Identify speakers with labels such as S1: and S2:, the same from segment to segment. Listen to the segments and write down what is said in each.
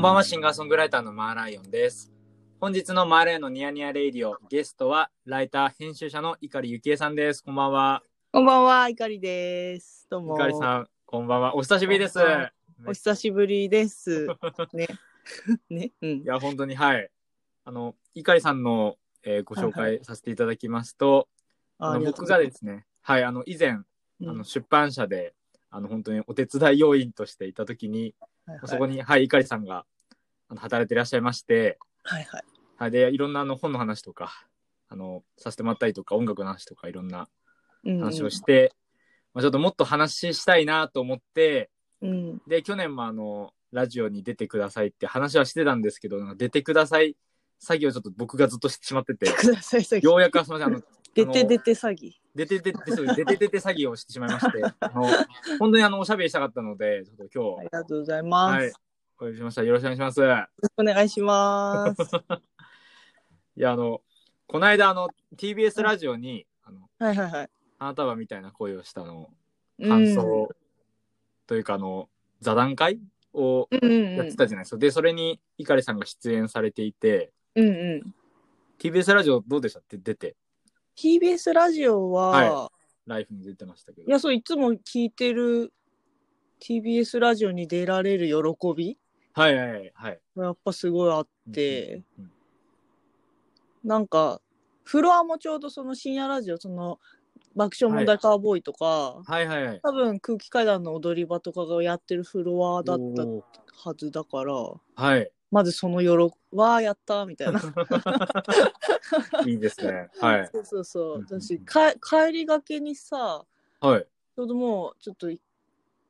S1: ばんは、シンガーソングライターのマーライオンです。本日のマーライオンのニヤニヤレイディオ、ゲストは、ライター、編集者の碇ゆきえさんです。こんばんは。
S2: こんばんは、いかりです。どうも。
S1: 碇さん、こんばんは。お久しぶりです。い
S2: こんばんはお久しぶり です。ね。 ね。うん。
S1: や、本当に、はい。あの、碇さんの、えーご紹介させていただきますと、あの僕がですね、はい、あの、以前、
S2: あ
S1: あ
S2: り
S1: の
S2: がと
S1: 出版社で、あの、本当にお手伝い要員としていたときに、
S2: ううん
S1: そこに、はい、碇さんがあの働いていらっしゃいまして、
S2: はいはい。
S1: はい、で、いろんなあの本の話とか、あの、させてもらったりとか、音楽の話とか、いろんな
S2: うん
S1: 話をして、まあ、ちょっともっと話したいなと思って、
S2: うん。
S1: で、去年もあの、ラジオに出てくださいって話はしてたんですけど、なんか出てください作業ちょっと僕がずっとしてしまって て、
S2: ください、詐欺。
S1: ようやくはすみません、あの、
S2: 出て出て詐欺。
S1: 出て出て、そうです出て出て詐欺をしてしまいま して、あの、本当にあの、おしゃべりしたかったので、ちょっと今
S2: あり
S1: 日、
S2: がとうございます。
S1: はい
S2: よ、
S1: お呼びしました。よろしくお願いします。い
S2: ろしくお願いします。
S1: や、あの、この間あの、TBS ラジオに、あの、
S2: はいはいはい。
S1: 花束みたいな恋をしたのを
S2: うん
S1: 感想というか、あの座談会を
S2: うんう
S1: やっ
S2: ん
S1: てたじゃないですか、でそれに碇さんが出演されていて
S2: うんうん。
S1: TBS ラジオどうでしたって出て
S2: TBS ラジオは、
S1: はライフに出てましたけ
S2: い
S1: ど
S2: や、そう、いつも聞いてる TBS ラジオに出られる喜び
S1: はいはいはいはい
S2: やっぱすごいあって、
S1: うん
S2: なんか、フロアもちょうどその深夜ラジオ、その、爆笑問題カーボーイとか、
S1: はいはいはい
S2: 多分空気階段の踊り場とかがやってるフロアだった
S1: おー
S2: はずだから、
S1: はい
S2: まずその喜び、わーやったー みたいな。
S1: いいです ねはい
S2: そうそうそうう。
S1: んうんうん
S2: 私か、帰りがけにさ、
S1: はい
S2: ちょうどもうちょっと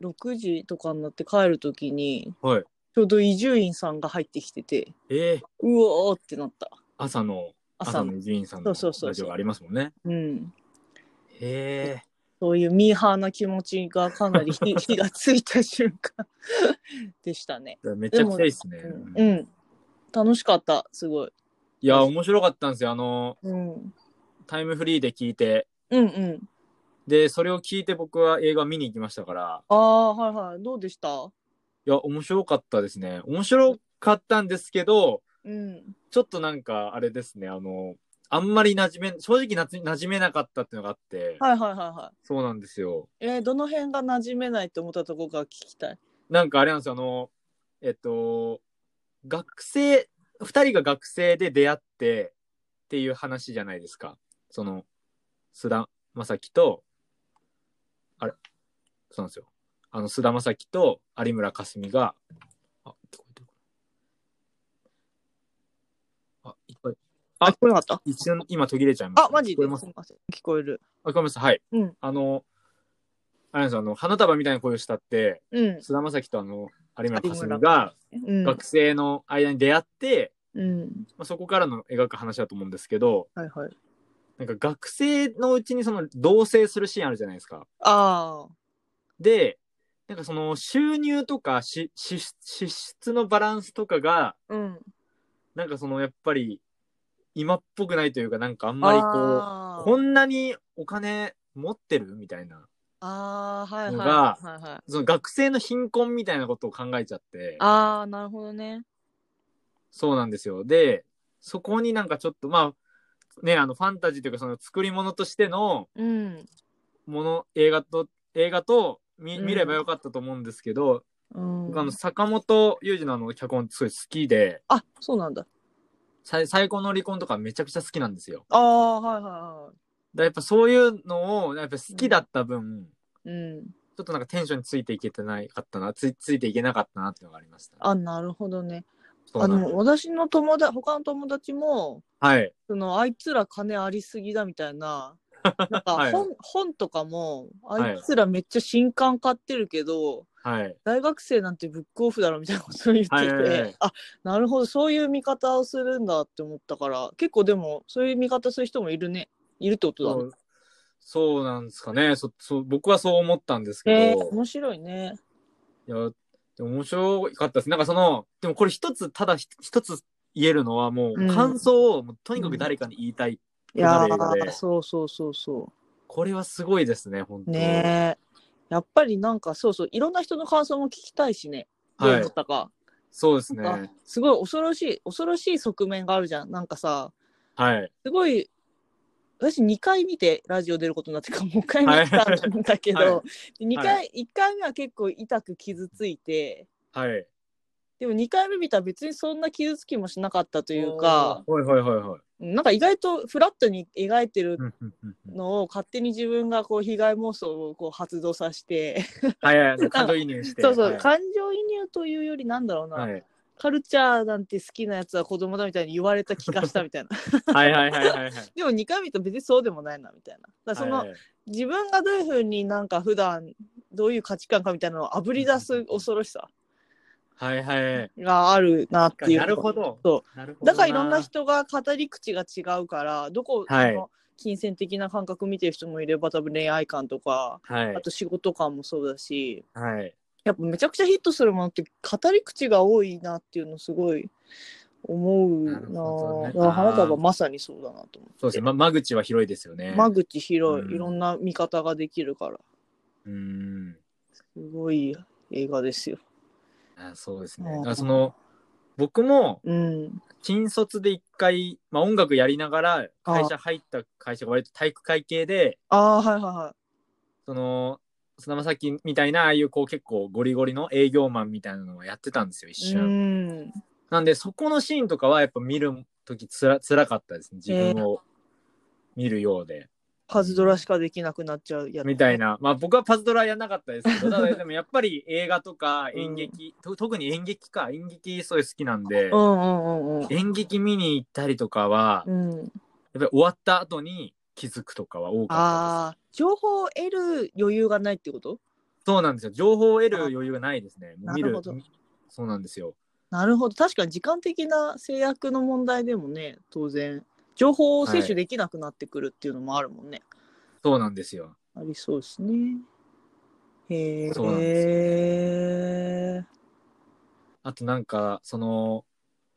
S2: 6時とかになって帰るときに、
S1: はい
S2: ちょうど伊集院さんが入ってきてて、
S1: えー、
S2: うおーってなった。
S1: 朝の
S2: 朝
S1: 朝
S2: の
S1: の。伊集院さんの
S2: そうそうそう
S1: ラジオがありますもんね
S2: うん。
S1: へ
S2: そういうミーハーな気持ちが かなり火火がついた瞬間 でしたね。
S1: えめっちゃくちゃいいですね、
S2: うん。
S1: うんい
S2: うん、楽しかった、すごい。
S1: や面白かったんですよあの
S2: うん。
S1: タイムフリーで聞いて
S2: うんうん。
S1: でそれを聞いて僕は映画見に行きましたから
S2: ああ、はいはい。どうでした
S1: いや、面白かったですね。面白かったんですけど、
S2: うん。
S1: ちょっとなんか、あれですね、あの、あんまり馴染め、正直なじ馴染めなかったっていうのがあって、
S2: はいはいはいはい。
S1: そうなんですよ。
S2: えーどの辺が馴染めないって思ったとこが聞きたい。
S1: なんかあれなんですよ、あの、えっと、学生、二人が学生で出会ってっていう話じゃないですか。その、菅田将暉と、あれそうなんですよ。あの、菅田将暉と有村架純が、あ、聞こえてるかなあ、いっぱい。
S2: あ、聞こえなかった
S1: 一瞬、今途切れちゃいました。
S2: あ、マジ
S1: 聞こ
S2: で
S1: えます
S2: す。みません。聞こえる。
S1: あ、聞こえます。はい。
S2: うん
S1: あの、あれなんですよ、あの、花束みたいな声をしたって、
S2: うん。
S1: 菅田将暉とあの、有村架
S2: 有
S1: 純
S2: 村
S1: が、
S2: うん。
S1: 学生の間に出会って、
S2: うん。
S1: まあ、そこからの描く話だと思うんですけど
S2: はいはい。
S1: なんか学生のうちにその同棲するシーンあるじゃないですか。
S2: ああ。
S1: でなんかその収入とかし支出支出のバランスとかが
S2: うん。
S1: なんかそのやっぱり今っぽくないというかなんかあんまりこうこ
S2: ん
S1: んなにお金持ってるみたいな
S2: あーはいはい
S1: の
S2: は
S1: が
S2: いはい。
S1: その学生の貧困みたいなことを考えちゃって
S2: ああ、なるほどね。
S1: そうなんですよでそこになんかちょっとまあねあのファンタジーというかその作り物としての
S2: うん。
S1: もの映画と映画と見
S2: うん
S1: 見ればよかったと思うんですけど、
S2: うん
S1: 僕あの坂本龍二のあの脚本すごい好きで
S2: あ、そうなんだ。
S1: さい最高の離婚とかめちゃくちゃ好きなんですよ。
S2: ああ、はいは
S1: だからやっぱそういうのをやっぱ好きだった分、
S2: いはい。うん。
S1: ちょっとなんかテンションについていけてないかったなついついていけなかったなっていうのがありました。
S2: あ、なるほどね。
S1: そう
S2: あ
S1: なんで
S2: の、
S1: す
S2: 私の友達、他の友達も、
S1: はい
S2: そのあいつら金ありすぎだみたいななんか
S1: はい
S2: 本,、本とかもあ
S1: はい
S2: いつらめっちゃ新刊買ってるけど、
S1: はい
S2: 大学生なんてブックオフだろみたいなことを言ってて、
S1: はいはいはい
S2: あなるほどそういう見方をするんだって思ったから結構でもそういう見方する人もいるねいるってことだ
S1: そ
S2: ね
S1: うそうなんですかねそそう僕はそう思ったんですけど、
S2: へえ面白いね
S1: いや、でも面白かったです。なんかその、でもこれ一つ、ただひ一つ言えるのはも
S2: う
S1: う、
S2: ん
S1: 感想をもうとにかく誰かに言いたい。
S2: いや
S1: ここまで
S2: ー
S1: で
S2: そうそうそうそ
S1: これはすごいですね、本
S2: う
S1: 当
S2: ねえやっぱりなんかそうそういろんな人の感想も聞きたいしねどう
S1: は
S2: 思
S1: い
S2: っ。たか、
S1: そうです
S2: なん
S1: ね
S2: か。すごい恐ろしい恐ろしい側面があるじゃんなんかさ
S1: はい。
S2: すごい私2回見てラジオ出ることになってからもう1回見たんだけど、
S1: はいは
S2: 2回1回目は結構痛く傷ついて
S1: はい。
S2: でも2回目見たら別にそんな傷つきもしなかったというか
S1: はいはいはいはい。
S2: なんか意外とフラットに描いてる
S1: うんうんうんうん
S2: のを勝手に自分がこう被害妄想をこう発動させて
S1: はいはい。感情移入して。
S2: そうそう、
S1: はい
S2: 感情移入というよりなんだろうな、
S1: はい
S2: カルチャーなんて好きなやつは子供だみたいに言われた気がした みたいな
S1: はいはいはいはいはい。
S2: でも2回見たら別にそうでもないなみたいなだからその、
S1: はいはい
S2: 自分がどういうふうになんか普段どういう価値観かみたいなのをあぶり出す恐ろしさ
S1: はいはい。
S2: があるなっていう
S1: なるほど。
S2: そ
S1: なるほどな
S2: だからいろんな。人が語り口が違うからどこ、
S1: はい
S2: その金銭的な感覚見てる人もいれば多分恋愛観とか
S1: はい
S2: あ。と仕事観もそうだし
S1: はい。
S2: やっぱめちゃくちゃヒットするものって語り口が多いなっていうのすごい思うな
S1: なるほどね
S2: だから花束まさにそうだなと思って
S1: そうですね。ま間口は広いですよね。
S2: 間口広
S1: う
S2: い、
S1: ん
S2: いろんな見方ができるから
S1: うん。
S2: すごい映画ですよ。
S1: あそうです
S2: う
S1: ね
S2: ん。
S1: あその、僕も、
S2: うん
S1: 新卒で一回、まあ、音楽やりながら、会社入った会社が割と体育会系で、
S2: ああーはいはいはい。
S1: その、菅田将暉みたいな、ああいうこう結構ゴリゴリの営業マンみたいなのをやってたんですよ、一
S2: う
S1: 瞬。
S2: ん。
S1: なんで、そこのシーンとかはやっぱ見るときつら、辛かったですね。自分を見るようで。
S2: パズドラしかできなくなっちゃうやつ。
S1: みたい
S2: な。
S1: な。まあ僕はパズドラやんなかったですけど、ただでもやっぱり映画とか演劇、と特に演劇か、演劇そういう好きなんで
S2: う、んうんうんうん。
S1: 演劇見に行ったりとかは、
S2: うん、
S1: やっぱり終わった後に気づくとかは多かったで
S2: ああ情報を得る余裕がないってこと
S1: す。そうなんですよ。情報を得る余裕がないですね。もう見
S2: なる
S1: る
S2: ほど。
S1: そうなんですよ。
S2: なるほど確かに時間的な制約の問題でもね当然情報を摂取できなくなってくるっていうのもあるもんね。
S1: そうなんですよ。
S2: ありそうですね。へ
S1: そうなんです
S2: え。
S1: あとなんか、その、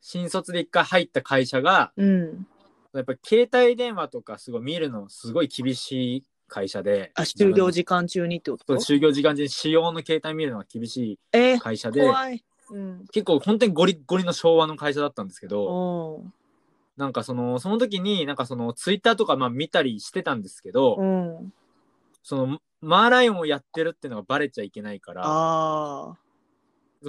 S1: 新卒で一回入った会社が、
S2: うん。
S1: やっぱり携帯電話とかすごい見るのすごい厳しい会社で。
S2: あ終了
S1: 時
S2: 時間中にってこ
S1: そ
S2: と
S1: う就業時間中に使用の携帯見るのが厳し
S2: え
S1: い
S2: ー、
S1: 会社で
S2: 怖い。うん。
S1: 結構本当にゴリッゴリの昭和の会社だったんですけど
S2: うん。
S1: なんかそのその時になんかそのツイッターとかまあ見たりしてたんですけど、
S2: うん。
S1: そのマーライオンをやってるっていうのがバレちゃいけないから
S2: ああ。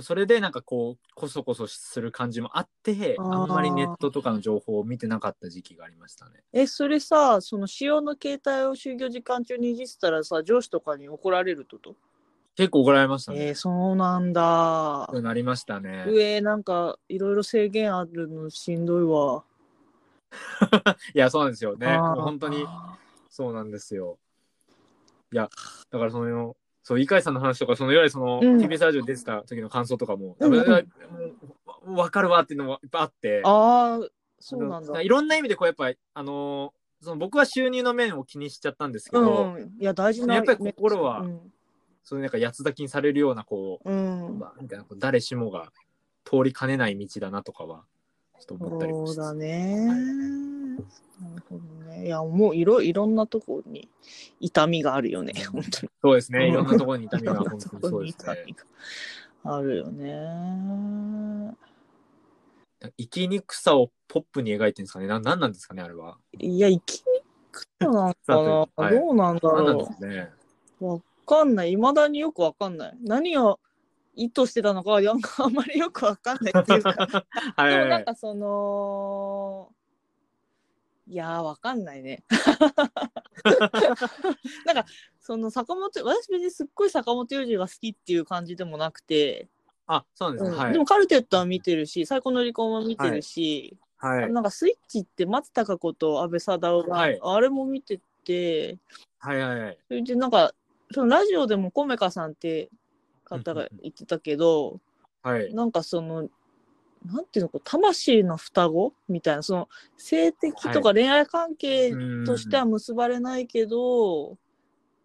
S1: それでなんかこうこそこそする感じもあって
S2: あ
S1: あ
S2: ー
S1: んまりネットとかの情報を見てなかった時期がありましたね。
S2: え、それさ、その使用の携帯を就業時間中にいじってたらさ、上司とかに怒られるってこと
S1: 結構怒られました
S2: え
S1: ね。
S2: ー、そうなんだ。
S1: そうなりましたね。
S2: うえー、なんかいろいろ制限あるのしんどいわ。
S1: いやそうなんですよね。
S2: あー
S1: もう本当にそうなんですよ。いや、だからその、そう、猪飼さんの話とか、そのいわゆるその、
S2: うん
S1: TBS ラジオに出てた時の感想とかも、
S2: うんうん
S1: だからもうわかるわっていうのもいっぱいあって、
S2: あー、そうなん
S1: あ
S2: だ
S1: の。いろんな意味で、こう、やっぱ、あのーその僕は収入の面を気にしちゃったんですけ
S2: う
S1: ど、
S2: んうん。いや、大事な。
S1: やっぱり心は
S2: うん。
S1: そういうなんか、八つ咲きにされるような、こ
S2: う
S1: う、
S2: ん
S1: まあ、みたいな、こう誰しもが通りかねない道だなとかは、ちょっと思ったりも
S2: そう
S1: して。
S2: だね。なるほどね。いや、もういろいろんなとこに痛みがあるよね、本当に。
S1: そうです
S2: うん
S1: ね。いろんなところに痛み
S2: いろ
S1: が、
S2: んな
S1: 本
S2: と
S1: 当に
S2: こ
S1: そう
S2: に
S1: ですね
S2: 痛。みがあるよね。
S1: 生きにくさをポップに描いてるんですかね。ななんなんですかね、あれは。
S2: いや、生きにくさなのかな、
S1: はい
S2: どうなんだ
S1: なんなんで
S2: ろ
S1: すかね。
S2: う。わかんない。未だによくわかんない。何を意図してたのかは、なんかあんまりよくわかんないっていう か。
S1: はい
S2: で
S1: は
S2: も
S1: い
S2: な
S1: は
S2: ん
S1: い。
S2: かその、いやーわかんない ね。なんかその坂本私別にすっごい坂本龍二が好きっていう感じでもなくて、
S1: あ、そうなんです
S2: う
S1: ね。
S2: ん
S1: はい。
S2: でもカルテットは見てるし最高の離婚は見てるし、
S1: はい。
S2: なんかスイッチって松たか子と安倍貞夫が、
S1: はい
S2: あれも見てて
S1: はいはいはい。
S2: それでなんかそのラジオでもコメカさんって方が言ってたけど、
S1: はい。
S2: なんかそのなんていうのか魂の双子みたいなその性的とか恋愛関係としては結ばれないけど、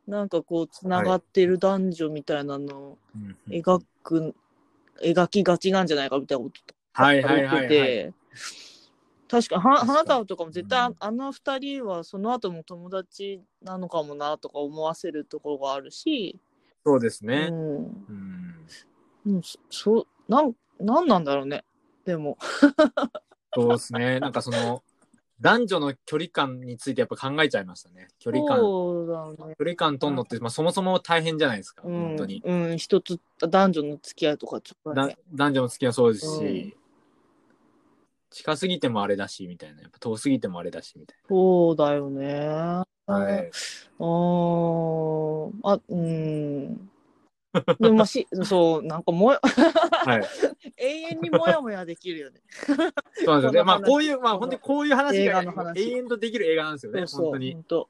S2: なんかこうつながってる男女みたいなのを
S1: うん
S2: 描く、描きがちなんじゃないかみたいなこと
S1: はい
S2: 言っ
S1: は
S2: て
S1: い
S2: て、
S1: はいはい。
S2: 確かは
S1: 確かに
S2: 花束とかも絶対あ
S1: うん
S2: あの二人はその後も友達なのかもなとか思わせるところがあるし、
S1: そうです
S2: う
S1: ね。
S2: ん
S1: うん。
S2: うん、そそうなん何なんだろうねでも
S1: そうですね。なんかその、男女の距離感についてやっぱ考えちゃいましたね。距離感。距
S2: そうだね
S1: 離感とんのって、まあそもそも大変じゃないですか。
S2: うん
S1: 本当に。
S2: うん、一つ男女の付き合いとかちょっと
S1: だ
S2: ね
S1: 男女の付き合いもそうですし、
S2: うん
S1: 近すぎてもあれだし、みたいな。やっぱ遠すぎてもあれだし、みたい
S2: そうだよね
S1: な。はい。
S2: あーあ、うん。でもまあし、そう、なんかもや、
S1: はい。
S2: 永遠にもやもやでき るよね。
S1: そう なんですよ。で、まあこ
S2: この話
S1: ういう、まあ本当にこういう話
S2: 映
S1: が
S2: 画の話
S1: 永遠とできる映画なんですよね。
S2: そうそう、
S1: 本当に
S2: 本当。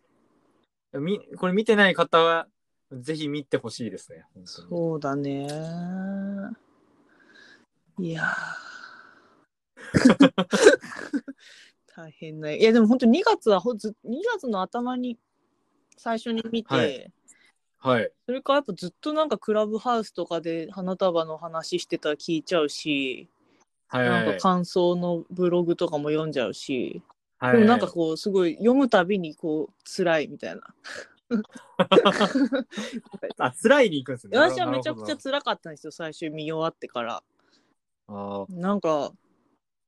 S1: み。これ見てない方は、ぜひ見てほしいですね。本当に
S2: そうだね。いや ー。大変ない。いや、でも本当2月はほず、2月の頭に最初に見て、
S1: はいはい。
S2: それからやっぱずっとなんかクラブハウスとかで花束の話してたら聞いちゃうし、
S1: はい。
S2: なんか感想のブログとかも読んじゃうし、
S1: はい
S2: でもなんかこうすごい読むたびにこう辛いみたいな。
S1: あ、辛いに行くんですね。
S2: 私はめちゃくち
S1: な
S2: ゃ
S1: る
S2: 辛かったんですよ最初見終わってから。
S1: ほど。
S2: なんか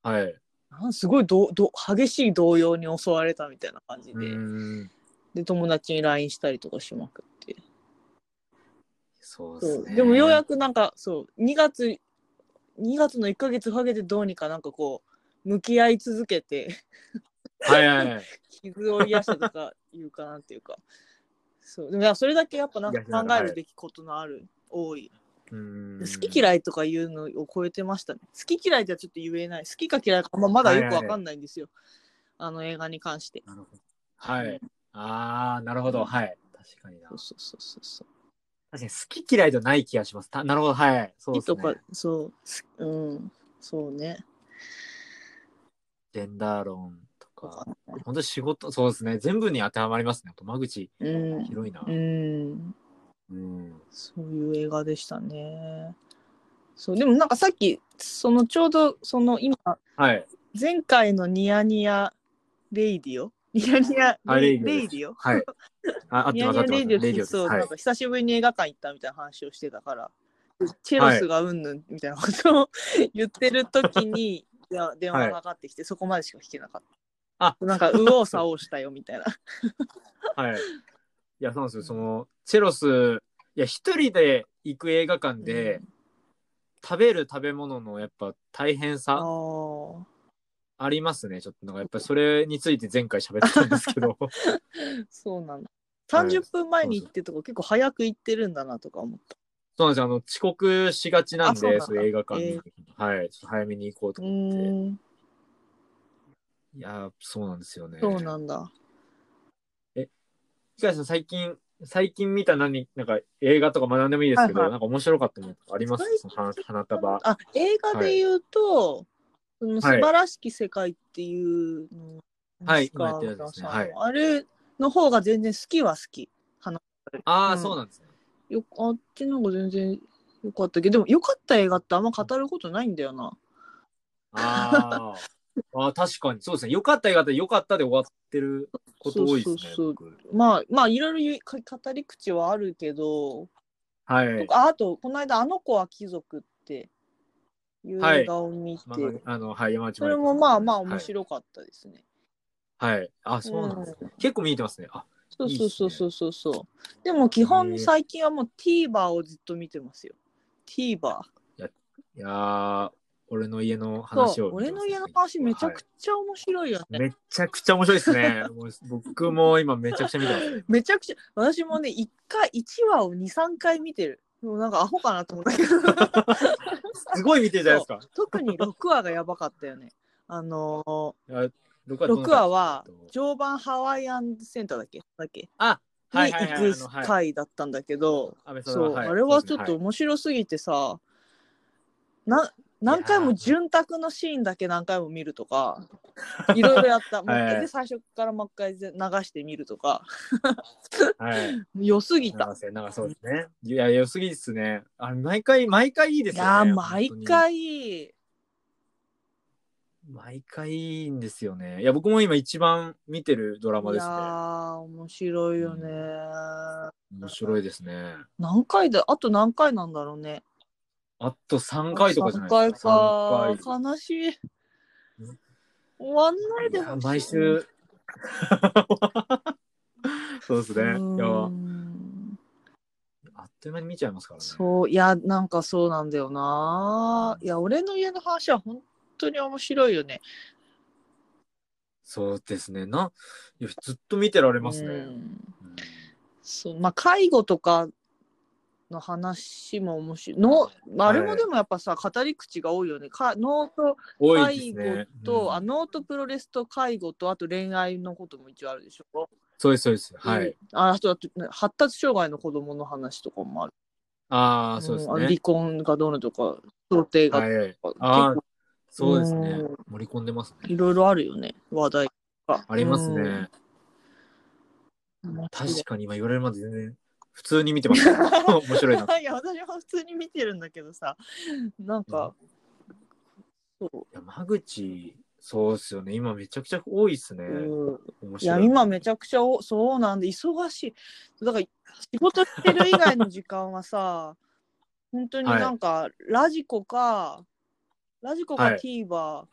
S1: あーはい。
S2: なんすごいどど激しい動揺に襲われたみたいな感じ
S1: う
S2: で、
S1: ーん。
S2: で友達に LINE したりとかしまくって。
S1: そうで
S2: そ
S1: す
S2: う
S1: ね。
S2: でもようやくなんかそう2月2月の1ヶ月かけてどうにかなんかこう向き合い続けて。
S1: はいはいはい。
S2: 傷を癒したとかいうかなんていうかそうでもいやそれだけやっぱなんか
S1: 癒しな
S2: 考
S1: がら
S2: えるべきことのある、多い好
S1: 好
S2: き嫌いとかいうのを超えてましたね好き嫌いじゃちょっと言えない好きか嫌いか、まあ、まだよくわかんないんですよ、あの映画に関して
S1: なるほど。はい。ああ、なるほど。はい。確かにな。
S2: そう
S1: 確
S2: そうそうそうそう
S1: かに好き嫌いじゃない気がします。たなるほど。はい。そうで
S2: 好き
S1: す
S2: と
S1: ね
S2: か。そうすうんそうね
S1: ジェンダー論とか。本当に仕事、そうですね。全部に当てはまりますね。間口
S2: うん
S1: 広いな
S2: う。ん
S1: うん。
S2: そういう映画でしたねそうでもなんかさっきそのちょうどその今
S1: はい。
S2: 前回のニヤニヤレイディオニヤニヤ
S1: あ
S2: レ
S1: レ
S2: イ
S1: イディオです
S2: レイディオ
S1: はい。 あ、あっ
S2: ニ
S1: て
S2: ヤ
S1: ます。合っ
S2: ニヤ
S1: てま
S2: レ
S1: す
S2: イディオ
S1: レイディオです。
S2: そう、
S1: は
S2: ないん。か久しぶりに映画館行ったみたいな話をしてたから、チェロスがうんぬんみたいなことを 言ってる時に、いや電話がかかってきて、そこまでしか聞けなかった
S1: あ。
S2: なんか右往左往したよみたいな。
S1: はい。いや、そうなんですよ。その、チェロス、いや、一人で行く映画館で、食べる食べ物のやっぱ大変
S2: ああ
S1: さ
S2: ー
S1: ありますね。ちょっとなんかやっぱりそれについて前回喋ってたんですけど。
S2: そうな
S1: は
S2: んだ。
S1: い
S2: 30分前に行ってとか結構早く行ってるんだなとか思っ
S1: そうなんですよ。あの、遅刻しがちなん
S2: あそうな
S1: で、
S2: んだ
S1: そういう映画館に、
S2: え
S1: はい。ちょっと早めに行こう
S2: た。
S1: と
S2: う
S1: 思って。
S2: ーん、
S1: いやー、そうなんですよね。
S2: そうなんだ。
S1: しかし最近、最近見た何、なんか映画とかまあ何でもいいですけど、
S2: はいはい
S1: なんか面白かったものとかありますその花花束。
S2: あ映画で言うと、その素晴らしき世界っていうの
S1: はい
S2: 西
S1: 今
S2: 川
S1: やってるやつですね
S2: 村さんのあれの方が全然好きは好き。
S1: ああ、
S2: うん
S1: そうなんですね。
S2: よあっちの方が全然良かったけど、でも良かった映画ってあんま語ることないんだよな。
S1: あ ーあー、確かに。そうですね。良かった映画って良かったで終わってること多いですね。
S2: そうそう
S1: 僕
S2: まあまあいろいろ言いか語り口はあるけど、
S1: はい。
S2: ああとこの間「あの子は貴族」っていう
S1: はい
S2: 映画を見て、
S1: まあ、あの、はい、山内
S2: それもまあまあ面白かったですね。
S1: い。はい。はいあ、そうなんですね。結構見えてますね。あ、
S2: そう
S1: いい
S2: そう
S1: っす
S2: そう
S1: ね
S2: そうそうそう。でも基
S1: へ
S2: 本
S1: え
S2: 最近はもう TVer をずっと見てますよ。TVer。
S1: いやー、俺の家の話
S2: そ
S1: を
S2: う、俺の家の
S1: 見てます
S2: 話
S1: ね
S2: めちゃく
S1: は
S2: ちゃ面白いよね。
S1: いめちゃくちゃ面白いです ね。もう僕も今めちゃくちゃ見てます。
S2: めちゃくちゃ、私もね、一回、一話を2、3回見てる。もうなんかアホかなと思ったけど、
S1: すごい見てるじゃないですか。
S2: 特に6話がやばかったよね。あのー、
S1: あ6
S2: 6話は
S1: ちょ
S2: 常磐ハワイアンセンターだっけだっけ
S1: あ、はい
S2: に
S1: はいはい。
S2: 行く回だったんだけど、
S1: あのはい、
S2: そう、
S1: 安倍さん
S2: あれはち
S1: そう
S2: ょ
S1: で
S2: っ
S1: す
S2: と
S1: ね
S2: 面白すぎてさ、な何回
S1: いや
S2: も
S1: ー
S2: 潤沢のシーンだけ何回も見る とかいろいろやったもう一回で最初からもう一回で流してみるとか
S1: はい。はい
S2: 良すぎた
S1: 長。瀬、長瀬そうですね。いや、良すぎですね。あれ、毎回、毎回いいで
S2: い
S1: すよね。
S2: やー
S1: 本当に
S2: 毎。回
S1: 毎回いいんですよね。いや、僕も今一番見てるドラマ
S2: い
S1: で
S2: や
S1: すね。
S2: ー面白いよね、
S1: う面白いですね。
S2: 何回だあと何回なんだろうね
S1: あと3回とかじゃないですか。
S2: 3回
S1: 三
S2: か。悲しい。終わんない
S1: 回
S2: で
S1: い
S2: ほ
S1: や
S2: しい。
S1: 毎週。 そうですね。いや、
S2: うん
S1: あっという間に見ちゃいますからね。
S2: そう、いや、なんかそうなんだよな。いや、俺の家の話は本当に面白いよね。
S1: そうですね。な、いやずっと見てられますね。
S2: うん
S1: うん
S2: そうまあ、介護とかの話も面白いの、まあ、あれもでもやっぱさ、語り口が多いよねか脳と
S1: 多いで
S2: 介護
S1: すね。
S2: と、
S1: うん
S2: あ脳とプロレスと介護とあと恋愛のことも一応あるでしょ、
S1: そうです、そうです。はい。
S2: うんああとあと発達障害の子供の話とかもある
S1: ああ、そうです
S2: んあの
S1: ね。
S2: 離婚がどうのとか想定が
S1: はい。
S2: とか、
S1: ああ
S2: 結、
S1: そうですね
S2: うん。
S1: 盛り込んでます
S2: 構
S1: ね
S2: い。ろいろあるよね話題が
S1: ありますね。
S2: うん
S1: 確かに今言われるまで全然、普通に見てます。 面白いな。い
S2: いや私は普通に見てるんだけどさなんか、そ
S1: 山口、そうですよね。今めちゃくちゃ多いですね
S2: う、。うん
S1: 面
S2: いや
S1: 白い。
S2: 今めちゃくちゃおそうなんで忙しいだから仕事してる以外の時間はさ 本当になんか、ラジコかラジコか
S1: はい
S2: TVer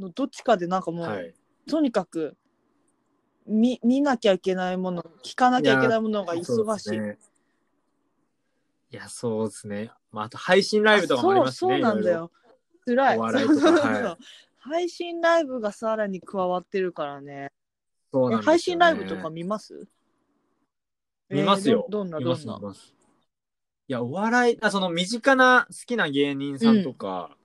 S2: のどっちかでなんかもう、
S1: はい。
S2: とにかく見見なきゃいけないもの聞かなきゃいけないものが
S1: そう
S2: 忙しい
S1: ですねいや、そうですね。まあ、あと配信ライブとかもありますし
S2: そう
S1: ね。
S2: そうなんだ
S1: いろいろ。
S2: よ辛い
S1: お笑いとか
S2: そうそうそう
S1: は
S2: 配信ライブがさらに加わってるからね
S1: そう
S2: え
S1: なんですよね
S2: 配信ライブとか見ます
S1: 見ますよ
S2: えーどどんな
S1: 見
S2: ど
S1: ま
S2: ん
S1: す
S2: な
S1: 見ますいや、お笑い、あその身近な好きな芸人さんとか、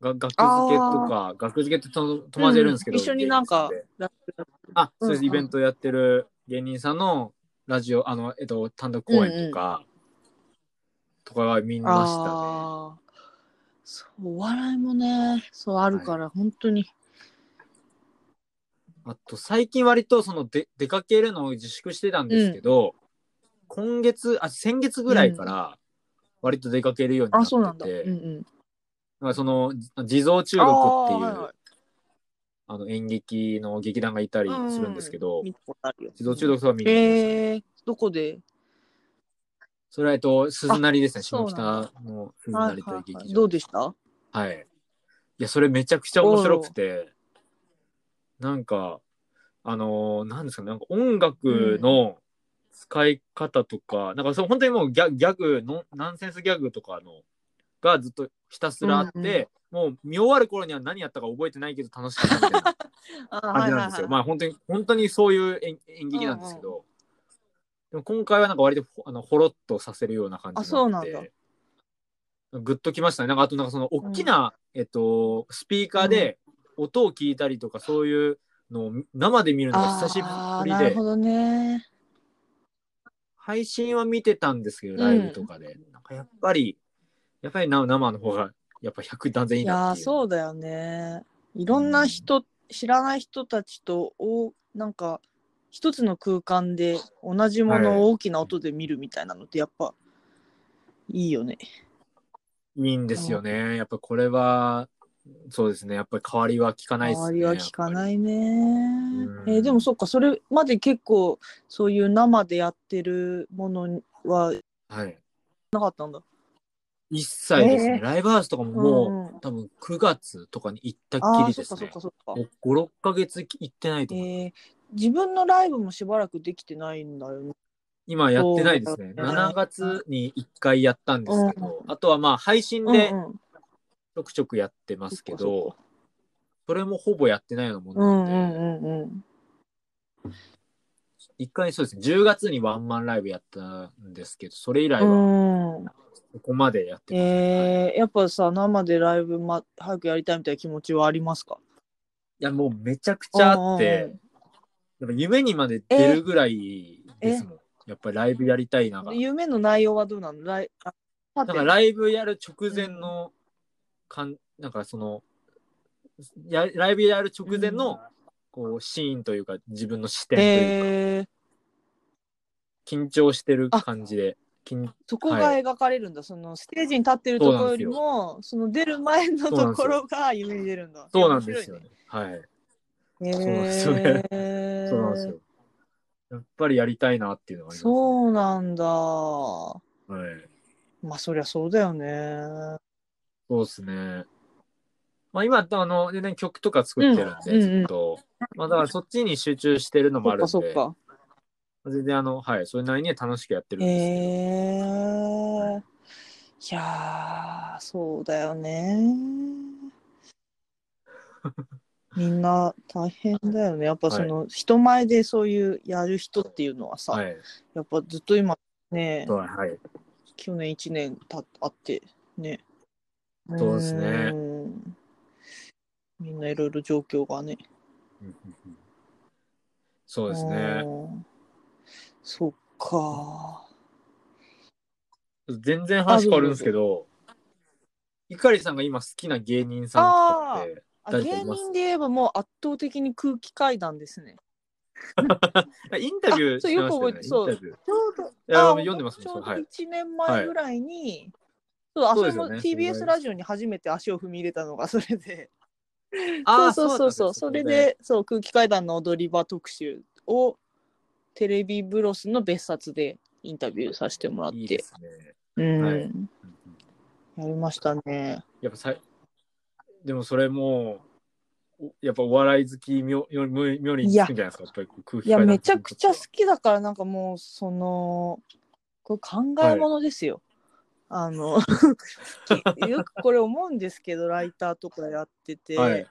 S1: が学付けとか、学付けってと友達がいるんですけど、
S2: う一緒になんか
S1: 芸人さで
S2: ラップやっ
S1: あ、そうです、
S2: うんうん
S1: イベントやってる芸人さんのラジオ、あの、えっと、単独公演とか、とかは見
S2: て
S1: ましたね。
S2: あーそうお笑いもねそうあるから本当に、
S1: あと、最近割とそので出かけるのを自粛してたんですけど、今月、あ、先月ぐらいから、割と出かけるようにな
S2: あそうな
S1: っ
S2: んだ
S1: て
S2: うん
S1: て、
S2: うん
S1: まあ、その、じ地蔵中毒っていう、あ,、の、演劇の劇団がいたりするんですけど、
S2: 見たことあるよ
S1: 地蔵中毒とか見に行きました、
S2: えー、どこで、
S1: それは、えっと、鈴なりですね。
S2: あ
S1: 下
S2: そうなんだ
S1: 北の鈴
S2: は
S1: ないりという
S2: はい
S1: 劇
S2: はい、
S1: 場。
S2: どうでした
S1: はい、い。や、それめちゃくちゃ面白くて、なんか、あのーなんですかね、なんか音楽の使い方とか、なんかそう本当にもうギャギャグの、ナンセンスギャグとかの、がずっとひたすらあって、
S2: うんうん
S1: もう見終わる頃には何やったか覚えてないけど楽しかったみたいな。
S2: あ
S1: 感じなんですよ。まあ本当に、本当にそういう演演劇なんですけど、でも今回はなんか割とほあのほろっとさせるような感じになって
S2: あそうなんだ
S1: グッときましたね。なんかあとなんかその大きな、えっと、スピーカーで音を聞いたりとか、そういうのを生で見るのが久しぶ
S2: あー
S1: り
S2: なる
S1: で
S2: ほ、どね。
S1: 配信は見てたんですけど、ライブとかで。なんかやっぱり、やっぱりな生の方が、やっぱ100断然い
S2: い
S1: いな
S2: や
S1: っ
S2: ー
S1: ていう。
S2: そうだよね。いろんな人、知らない人たちとおなんか一つの空間で同じものを大きな音で見るみたいなのってやっぱいいよね。
S1: いいんですよね。やっぱこれは、そうですね。やっぱり変わりは聞かないですね。。
S2: 周りは聞かないいね。
S1: ん
S2: えーでもそっかそれまで結構そういう生でやってるものは
S1: はい。
S2: なかったんだ。
S1: 一切ですね。
S2: ええ
S1: ライブハウスとかももう、
S2: も
S1: 多分9月とかに行った
S2: あ
S1: っき
S2: あ
S1: り
S2: そ
S1: で
S2: っ
S1: す
S2: かそっ
S1: ね
S2: か。そっか。
S1: 5、6ヶ月行ってないと
S2: え
S1: 思う。
S2: ー自分のライブもしばらくできてないんだよね。
S1: 今やってないですね。
S2: そうだ
S1: 7
S2: ね
S1: 月に1回やったんですけど、あとはまあ配信
S2: うん
S1: で
S2: うん
S1: ちょくちょくやってますけ
S2: そっかそっ
S1: ど、それもほぼやってないようなもん
S2: う
S1: なんの
S2: う
S1: で、
S2: んうんうん。
S1: 1回そうですね、10月にワンマンライブやったんですけど、それ以来は
S2: うん。
S1: ここまでやってます。はい
S2: えー、やっぱさ生でライブ、ま、早くやりたいみたいな気持ちはありますか
S1: いや、もうめちゃくちゃあって、やっぱ夢にまで出るぐらいですもん。やっぱりライブやりたいながら。
S2: 夢の内容はどうなのライあ
S1: だからライブやる直前の、かんなんかそのや、ライブやる直前の、こう、シーンというか、自分の視点というか、
S2: えー、
S1: 緊張してる感じで、緊
S2: そこが
S1: はい
S2: 描かれるんだ、そのステージに立ってるところよりもその出る前のところが夢に出るんだ
S1: そうなんですよね。はい。
S2: 面
S1: そうなんです
S2: 白
S1: よ
S2: い
S1: ね
S2: ねえー、
S1: そうなんですよ。やっぱりやりたいなっていうのがあります、
S2: そうなんだ
S1: はい。
S2: まあそりゃそうだよね。
S1: そうですね。まあ今、あの、全然曲とか作ってるんで、
S2: うん
S1: ずっと。まあだからそっちに集中してるのも
S2: そ
S1: あ
S2: っ
S1: るん
S2: かそっ
S1: で、
S2: か。
S1: 全然あの、はい、それなりには楽しくやってるん
S2: へ
S1: ですけど。
S2: えー。いやー、そうだよ ね。みんな大変だよね。やっぱその、人前でそういうやる人っていうのはさ、
S1: はい、
S2: やっぱずっと今ね、
S1: そうはい。
S2: 去年1年たあってね。
S1: そうですね
S2: ーん。みんないろいろ状況がね。
S1: うんうんうんそうですね。
S2: うん。そっか。
S1: 全然話変わるんですけど、いかりさんが今好きな芸人さんとかって、
S2: あ
S1: 誰か
S2: 芸
S1: います
S2: 人で言えばもう圧倒的に空気階段ですね。
S1: あインタビュー
S2: あそ
S1: し
S2: う
S1: てま
S2: よく
S1: したよ
S2: 覚え
S1: ね。インタ
S2: てそう
S1: ビュー。い
S2: ちょうど
S1: や、
S2: あ
S1: 読んでますね、
S2: ちょ
S1: そうう。
S2: ど
S1: はい。
S2: 1年前ぐらいに、そうあ
S1: そうで
S2: それ
S1: すよ
S2: も
S1: ね
S2: TBS ラジオに初めて足を踏み入れたのがそれで、
S1: あー
S2: そうそうそうそうそ
S1: だった
S2: れ
S1: んすね
S2: でそう空気階段の踊り場特集をテレビブロスの別冊でインタビューさせてもらって
S1: いいですね。
S2: うん、
S1: はいうんうん
S2: やりましたね。
S1: やっぱさいでもそれもうおやっぱお笑い好き妙妙妙につくんじゃないですかやっぱりこう空
S2: い
S1: 気
S2: や
S1: 階段
S2: めちゃくちゃ好
S1: き
S2: きだからなんかもうそのこれ考え物ですよ。あの きよくこれ思うんですけどライターとかやってて、
S1: はい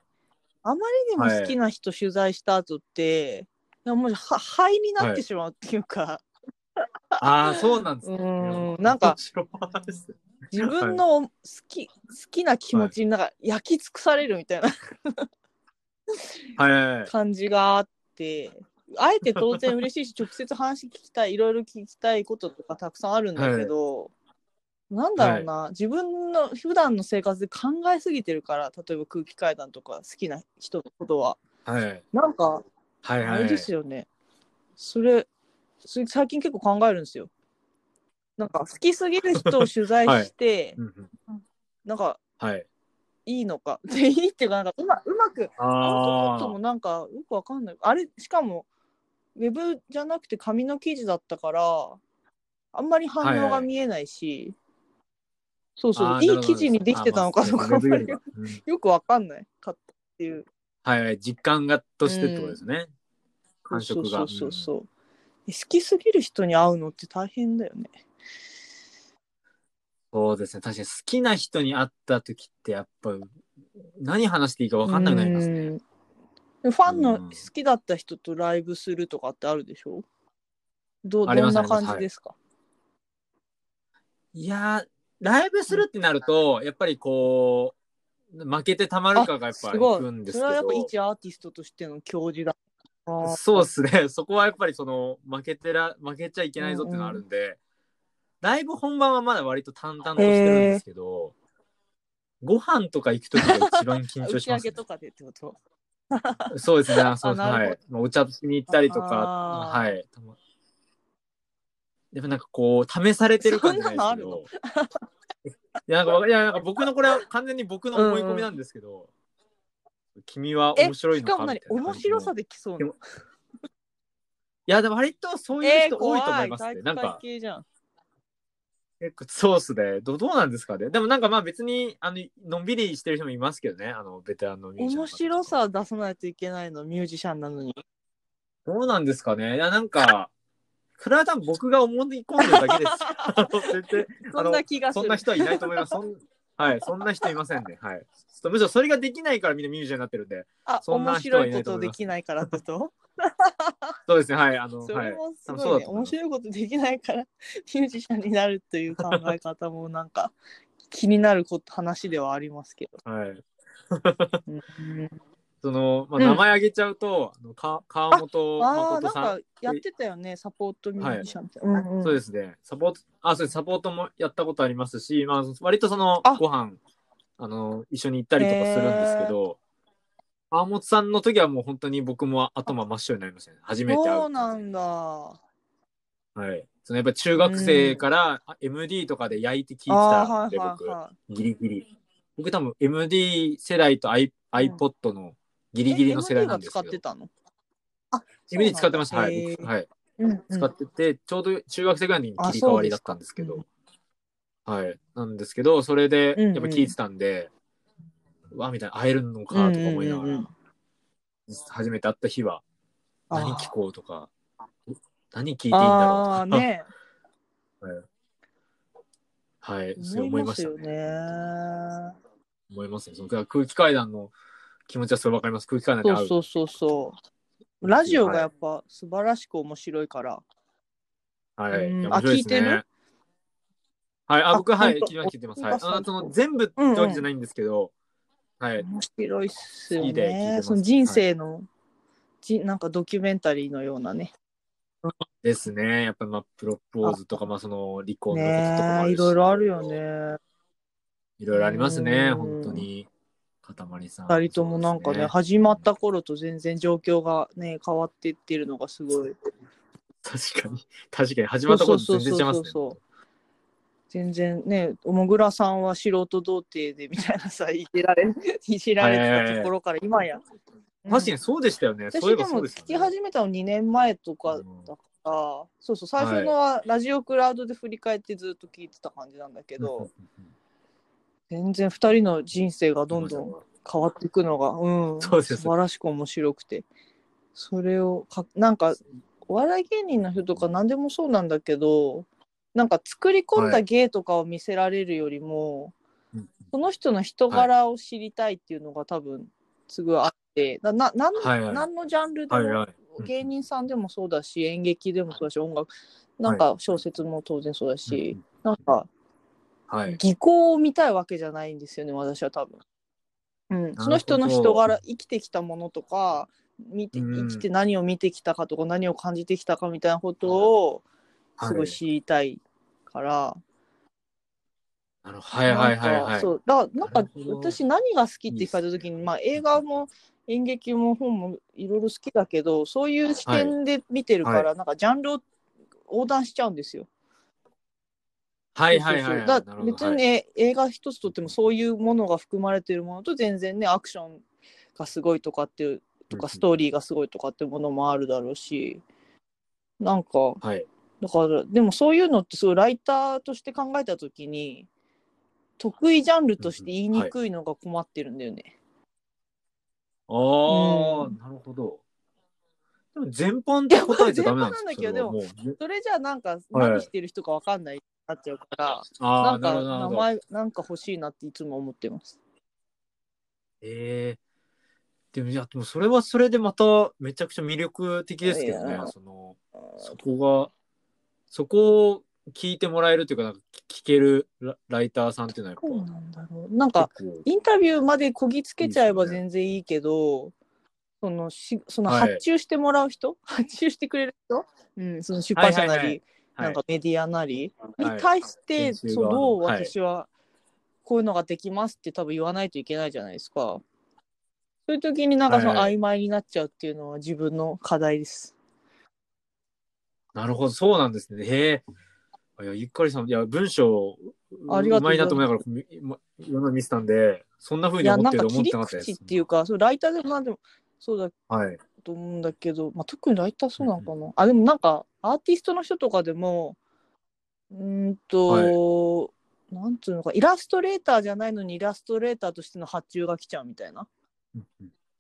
S2: あまりにも好きな人取材した後って、いやもうは灰になってしまうっていうか、
S1: ああそうなんです
S2: う
S1: ね
S2: ーんなんか
S1: 面白いですね
S2: 自分の好き、好きな気持ちになんか焼き尽くされるみたいな
S1: はいはいはい
S2: 感じがあって、あえて当然嬉しいし、直接話聞きたい、いろいろ聞きたいこととかたくさんあるんだけど、なんだろうな、自分の普段の生活で考えすぎてるから、例えば空気階段とか好きな人のことは、
S1: はい
S2: なんか
S1: はい
S2: あ
S1: は
S2: れ
S1: い
S2: ですよね、それ、それ最近結構考えるんですよ。なんか好きすぎる人を取材 して、
S1: うんうん
S2: なんか
S1: はい
S2: いいのか。 で、いいっていうか、なんかうまうまく、ア
S1: あ
S2: ウトプットも
S1: ー
S2: なんかよくわかんない。あれ、しかも、ウェブじゃなくて紙の記事だったから、あんまり反応が見えないし、そうそ
S1: あ
S2: う、
S1: ー
S2: い
S1: ないるほど
S2: 記事にできてたのかと
S1: あ
S2: か、
S1: ま
S2: あ
S1: あ
S2: ん
S1: そう
S2: ま
S1: です
S2: り
S1: ねうん
S2: よくわかんないかったっていう。
S1: はいはい実感がとしてってことですね感
S2: そ
S1: 触
S2: う
S1: が
S2: そうそうそう。好きすぎる人に会うのって大変だよね。
S1: そうですね確かに好きな人に会った時ってやっぱ何話していいか分かんなくなりますね
S2: うんでファンの
S1: うん
S2: 好きだった人とライブするとかってあるでしょど
S1: あり
S2: ど
S1: ま
S2: ん
S1: すあ
S2: な
S1: ります
S2: 感じですか、
S1: いやー、ライブするってなると、やっぱりこう、負けてたまるかがやっぱ
S2: す
S1: り
S2: ご
S1: 行
S2: い
S1: くんです
S2: そ
S1: け
S2: れはやっぱ
S1: ど、
S2: 一アーティストとしての教授だ。あー
S1: そうですね、そこはやっぱりその、負けてら、負けちゃいけないぞっていうのがあるんで、ライブ本番はまだ割と淡々としてるんですけど、ご飯とか行くときが一番緊
S2: あ
S1: 張
S2: 打
S1: し
S2: ち上
S1: ます、
S2: げ
S1: ね。
S2: とかでってこと
S1: そうですね、あそうです
S2: あな
S1: は
S2: るほ
S1: い。まあお茶しに行ったりとか、
S2: あー
S1: はい。たまでもなんかこう、試されてる感じないですけど。 いや、なんかわか、いや、なんか僕のこれは完全に僕の思い込みなんですけど、君は面白い
S2: し
S1: の
S2: か
S1: か
S2: も
S1: みたい
S2: 何
S1: な感じの
S2: 面白さできそう
S1: で
S2: な
S1: も。いや、でも割とそういう
S2: えー、
S1: 人多
S2: 怖
S1: いと思い
S2: い
S1: ます
S2: 体
S1: ね。
S2: 育
S1: なん
S2: 会
S1: か、
S2: 系じゃん。
S1: 結構ソースで、どどうなんですかね。でもなんかまあ別に、あの、のんびりしてる人もいますけどね、あの、ベテランのミュージシャンの
S2: 面
S1: 方
S2: 白さは出さないといけないの、ミュージシャンなのに。
S1: どうなんですかね。いや、なんか、それは多分僕が思い込んでるだけです。 あ の全然
S2: そんな気がす
S1: そ
S2: る。
S1: んな人はいないと思います。そんはい、そんな人いませんね。はい。ちょっとむしろそれができないからみんなミュージシャンになってるんで。
S2: あ、
S1: そん
S2: 面
S1: な人は
S2: 白い
S1: いな
S2: こ
S1: いと
S2: と
S1: 思い
S2: で
S1: ます
S2: きないからってこと
S1: そうですね。はい。あの、
S2: そ
S1: はい。
S2: れもす
S1: 多分そう
S2: ご
S1: だ
S2: いね。
S1: と思い
S2: 面
S1: ます
S2: 白いことできないから、 ミュージシャンになるという考え方もなんか気になること話ではありますけど。
S1: はい。
S2: うん
S1: その、まあ、
S2: うん
S1: 名前挙げちゃうと、あのか川本
S2: ああ、
S1: 誠
S2: なん
S1: さん。
S2: かやってたよね、サポートミュージシャンって。うんうん
S1: そうですね。サポート、あ、そうです。サポートもやったことありますし、まあ、割とその
S2: あ、
S1: ご飯、あの、一緒に行ったりとかするんですけど、川本さんの時はもう本当に僕も頭真っ白になりましたね。初めて会う。
S2: そうなんだ。あ
S1: はい。そのやっぱ中学生からあ MD とかで焼いて聞いて
S2: ー
S1: たん
S2: はい
S1: で、
S2: はい
S1: 僕、
S2: はい。
S1: ギリギリ。僕多分 MD 世代と i-
S2: ん
S1: iPod のギリギリの世代なんですけど
S2: え MD が使って、たのあ
S1: MD 使ってました。はい。僕
S2: 使
S1: はい。
S2: うんうん
S1: 使ってて、ちょうど中学生ぐらいの時に切り替わりだったんですけ
S2: あそう
S1: ど、はい。なんですけど、それで、
S2: うんう
S1: や
S2: ん
S1: っぱ聞いてたんで、うわ、みたいな、会えるのか、とか思いながら、
S2: うんうんうん
S1: 初めて会った日は、
S2: あー
S1: 何聞こうとか、何聞いていいんだ
S2: あ
S1: ろ
S2: あ
S1: うとか、
S2: ね
S1: はい、 そう
S2: 思
S1: 思
S2: い
S1: い
S2: ま
S1: まし
S2: す
S1: た
S2: よ
S1: ね。
S2: ね。
S1: 思いますね。その空気階段の気持ちはそれわかります。空気階段に
S2: そ
S1: 会
S2: う
S1: う。
S2: そうそうそう。ラジオがやっぱ素晴らしく面白いから。
S1: はい。
S2: うん
S1: や面白いですね
S2: あ聞いてる
S1: はい。あ、僕、
S2: あ
S1: はい。聞
S2: 本
S1: いてま
S2: 当
S1: す。聞いてます。
S2: お
S1: はい。
S2: そう
S1: あその全部ってわけじゃないんですけど、はい。
S2: 面白いっすよ
S1: 好きで聞いて
S2: ね
S1: ま。す
S2: その人生の、じなんかドキュメンタリーのようなね。
S1: ですね。やっぱりまあ、プロポーズとか、まあ、その、離婚のこととかもあ
S2: ね
S1: るし。
S2: いろいろあるよ。ね。
S1: いろいろありますね。
S2: うん
S1: 本当に。かたまりさん。
S2: 二人ともなんかね
S1: そうです
S2: 始まった頃と全然状況がね変わっていってるのがすごい。
S1: 確かに。確かに。始まったこと全然違いますね。
S2: そうそうそうそう全然ねおもぐらさんは素人童貞でみたいなさいじ られいじられてたところから今や。
S1: 確かにそうでしたよね。そういえ
S2: 私で
S1: ばそ
S2: も
S1: うです
S2: 聞
S1: よ
S2: き
S1: ね。
S2: 始めたの2年前とかだから、そうそう最初のはラジオクラウドで振り返ってずっと聞いてた感じなんだけど、全然2人の人生がどんどん変わっていくのが、うん、
S1: そうです
S2: 素
S1: よね
S2: 晴らしく面白くてそれをかなんかお笑い芸人の人とか何でもそうなんだけどなんか作り込ん
S1: は
S2: だ
S1: い
S2: 芸とかを見せられるよりも、
S1: うん
S2: その人の人柄を知りたいっていうのが多分すごいあってなななん
S1: はいはい
S2: 何のジャンルで
S1: はい
S2: も
S1: はい。うん
S2: 芸人さんでもそうだし演劇でもそうだし音楽なんか小説も当然そうだし、なんか
S1: はい。
S2: 技巧を見たいわけじゃないんですよね私は多分、うん、その人の人柄生きてきたものとか見て
S1: うん
S2: 生きて何を見てきたかとか何を感じてきたかみたいなことを
S1: はい
S2: すごい知りたいから、
S1: あの、はいはいはい
S2: なん
S1: は
S2: か
S1: い。
S2: そうだからなん
S1: な
S2: か
S1: るほど
S2: 私何が好きって聞かれた時にまあ、映画も演劇も本もいろいろ好きだけどそういう視点で見てるから、なんかジャンルを横断しちゃうんですよ。
S1: はいはいはい
S2: そうそ
S1: はい。
S2: うそうだ
S1: なる
S2: から
S1: ほど
S2: 別に、ね映画一つとってもそういうものが含まれてるものと全然ねアクションがすごいとかっていうとかストーリーがすごいとかっていうものもあるだろうしなんか
S1: はい。はい
S2: だからでもそういうのってすごいライターとして考えた時に得意ジャンルとして言いにくいのが困ってるんだよね。
S1: ああ、
S2: うん
S1: なるほど。でも全般って答えちゃダメなんです
S2: いや全般なんだけどでも
S1: もう
S2: それじゃあなんか何してる人かわかんないなっちゃうか
S1: あ
S2: ら、な
S1: あ、
S2: ん
S1: な
S2: か
S1: るほど、なる
S2: 名
S1: ほど。
S2: 前なんか欲しいなっていつも思ってます。
S1: ええでも、いや、でもそれはそれでまためちゃくちゃ魅力的ですけど
S2: い
S1: ね
S2: や。
S1: その、そこが、そこを聞いてもらえるというか、なんか聞けるラライターさんっていうのは
S2: そう
S1: やっ
S2: なんだろうなんか
S1: ぱ結構、
S2: インタビューまでこぎつけちゃえば
S1: いいです
S2: 全然いいけど、そのしその
S1: はい
S2: 発注してもらう人、発注してくれる人、うん、その出版社なり、
S1: はいはいは
S2: ないんかメディアなり
S1: はい
S2: に対して、
S1: 編集
S2: そ
S1: 側
S2: う
S1: の
S2: どう
S1: はい
S2: 私はこういうのができますって多分言わないといけないじゃないですか。そういう時になんかその
S1: はい
S2: 曖昧になっちゃうっていうのは自分の課題です。
S1: なるほど、そうなんですね。へえ。いや、ゆっかりさん、いや、文章、う
S2: ありがとうござい
S1: まいな
S2: ます
S1: と思いながら、みまいろんなの見てたんで、そんな風
S2: い
S1: に
S2: や
S1: 思
S2: な
S1: って
S2: ん
S1: る
S2: か
S1: と思
S2: 切
S1: って
S2: り
S1: なかったです。
S2: 口っていうかそうライターでもなんでもそうだ
S1: はい。
S2: と思うんだけど、まあ、特にライターそうなのかな、あでもなんかアーティストの人とかでもうーんと、なんつうのかイラストレーターじゃないのにイラストレーターとしての発注が来ちゃうみたいな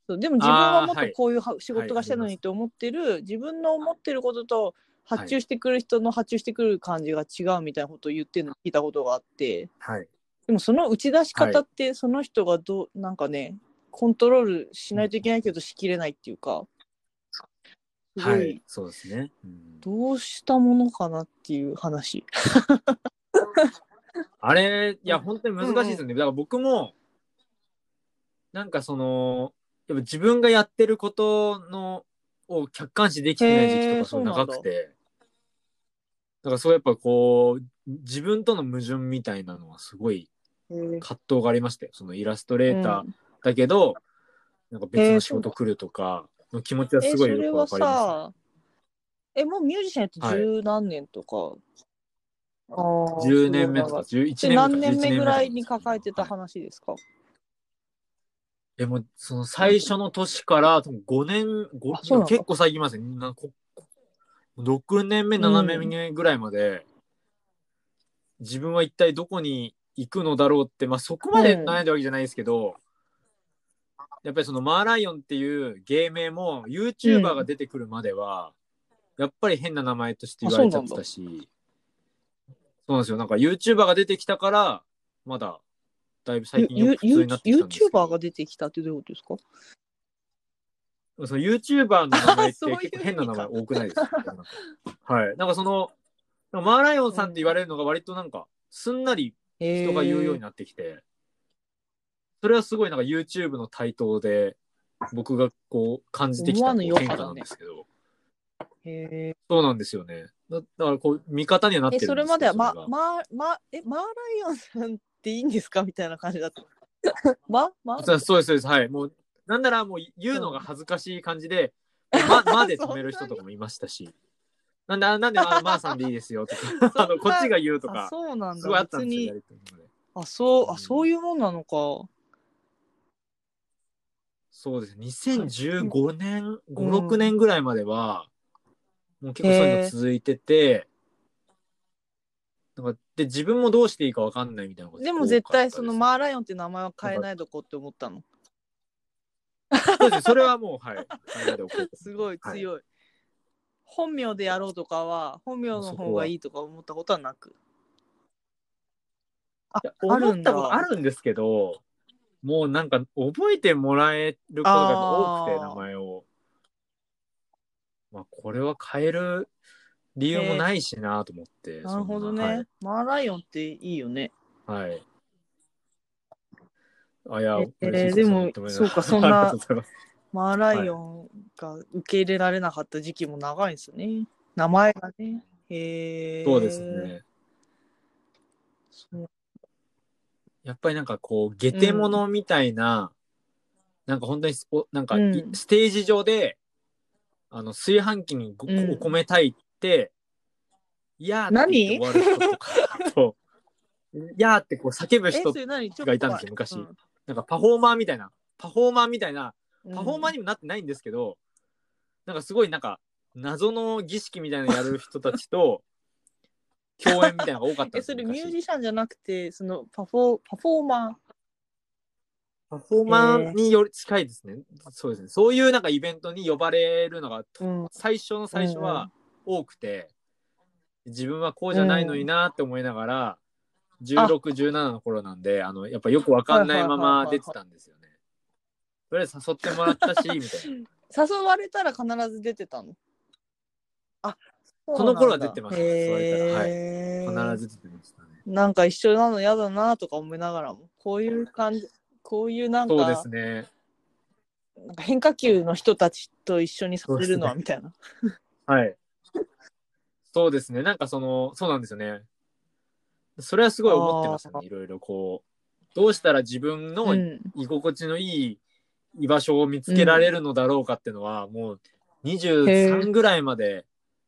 S2: そうでも自分はも
S1: あー
S2: っと
S1: はい
S2: こういうは仕事がしたいのにって思ってる、自分の思ってることと発注してくる人の発注してくる感じが違うみたいなことを言ってるの聞いたことがあって。
S1: はい。
S2: でもその打ち出し方ってその人がどう、なんかねコントロールしないといけないけどしきれないっていうかすご、
S1: はいい。そうですね。うん
S2: どうしたものかなっていう話。
S1: あれ、いや、本当に難しいですよね。だから僕も、なんかその、やっぱ自分がやってることの、を客観視できてない時期と
S2: へー
S1: かそう
S2: そうなんだ
S1: 長くて、だからそうやっぱこう、自分との矛盾みたいなのはすごい葛藤がありましたよ。そのイラストレーター
S2: うん
S1: だけど、なんか別の仕事来るとかの気持ちは
S2: え
S1: す
S2: そ
S1: ごいよ
S2: れ
S1: く
S2: は
S1: わかりま
S2: さえもうミュージシャンやって十何年とか、あー
S1: す。10年目とか
S2: そ
S1: 11年
S2: う
S1: 目
S2: で
S1: とか
S2: 何年目ぐらいに抱えてた
S1: はい
S2: 話ですか、
S1: でも、その最初の年から、多分5年、
S2: あそ
S1: 五
S2: うなんだ
S1: 結構最近ますね。なここ6年目、
S2: うん
S1: 7年目ぐらいまで、自分は一体どこに行くのだろうって、まあ、そこまで悩んだわけじゃないですけど、やっぱりそのマーライオンっていう芸名も YouTuber が出てくるまでは、やっぱり変な名前として言われちゃってたし、そうなんですよ。なんか YouTuber が出てきたから、まだだいぶ最近よ
S2: ユ
S1: く普
S2: ユ
S1: 通
S2: ー
S1: になって
S2: チ
S1: き
S2: ュ
S1: たんですけ
S2: ー
S1: ど。
S2: バーが出てきたってどういうことですか
S1: その YouTuber の名前って
S2: そういう意味
S1: 結構変な名前
S2: か
S1: 多くないですかはい。なんかその、マーライオンさんって言われるのが割となんか、すんなり人が言うように
S2: な
S1: なってきて、それはすごいなんか YouTube の台頭で、僕がこう感じてきたこう
S2: 思わぬ
S1: 変
S2: 余
S1: 化
S2: 波だね
S1: なんですけど、
S2: え
S1: そうなんですよね。だだからこう、味方にはなってるんです
S2: そ
S1: よ
S2: れまではま
S1: それが
S2: ままえマーライオンさんっていいんですかみたいな感じだった。 まま
S1: そうそうです、そうです。はい。もう、なんならもう言うのが恥ずかしい感じで、 ま、まで止める人とかもいましたし、なんで、あなんで、あまあさんでいいですよ とか、あのこっちが言うと
S2: あ
S1: か、
S2: そうなん
S1: すごいあ
S2: だ
S1: った
S2: 別
S1: んですよ、や
S2: に
S1: りとりの中で
S2: あそうあそういうもんなのか。
S1: そうです。2015年、
S2: うん
S1: 5、6年ぐらいまでは、もう結構そういうの続いてて、なんかで、自分もどうしていいかわかんないみたいなこと
S2: でも絶対そのマ
S1: ラ
S2: ーライオンって名前は変えないどこって思ったの。
S1: そうですそれはもう、はい。みんなで送って
S2: すごい
S1: は
S2: 強い。本名でやろうとかは本名の方がいいとか思ったことはなく。あ
S1: いや、
S2: ある
S1: 思
S2: ん
S1: ったこと
S2: だ。
S1: あるんですけど、もうなんか覚えてもらえることが多くて、
S2: あー
S1: 名前を。まあ、これは変える理由もないしなと思って。
S2: なるほどね、
S1: そんな
S2: マーライオンっていいよね。
S1: はい。はいあ、いや、
S2: えー
S1: 嬉しいす
S2: でも
S1: 認め られ
S2: そうかそんな
S1: ありがとうございます
S2: マーライオンが受け入れられなかった時期も長いんですね。名前がね。へえ。
S1: そうです。ね。
S2: そう
S1: やっぱりなんかこう、下手者みたいな、なんか本当にす、おなんかい、
S2: うん
S1: ステージ上で、あの、炊飯器にご
S2: うん
S1: お米炊いて、いやーって言って終わる人とか、と、 いやーってこう叫ぶ
S2: え、
S1: 人
S2: そ、れ何ちょっと
S1: がいたんですよ昔なんかパフォーマーみたいな、パフォーマーみたいな、パフォーマー
S2: に
S1: にもなってないんですけど、なんかすごいなんか、謎の儀式みたいなのやる人たち と、共演みたいなのが多かったん
S2: え、
S1: です
S2: そ
S1: よ
S2: れミュー
S1: 昔
S2: ジシャンじゃなくて、そのパフォーパフォーマー。
S1: パフォーマーにより近いですね、そうですね。そういうなんかイベントに呼ばれるのが、と
S2: うん
S1: 最初の最初は多くて、自分はこうじゃないのになって思いながら、16、17の頃なんで、あの、やっぱよくわかんないまま出てたんですよね。とりあえず誘ってもらったし、みたいな。
S2: 誘われたら必ず出てたの。あ、
S1: この頃は出てました誘われたらはい
S2: ら
S1: 必ず出てましたね。
S2: なんか一緒なの嫌だなとか思いながらも、こういう感じ、こういうなんか、
S1: そうですね。
S2: なんか変化球の人たちと一緒にさせるのはみたいな。
S1: はい。そうですね。なんかその、そうなんですよね。それはすごい思ってました
S2: あ
S1: ね。いろいろこう、どうしたら自分の
S2: うん
S1: 居心地のいい居場所を見つけられるのだろうかっていうのは、もう23ぐらいまで、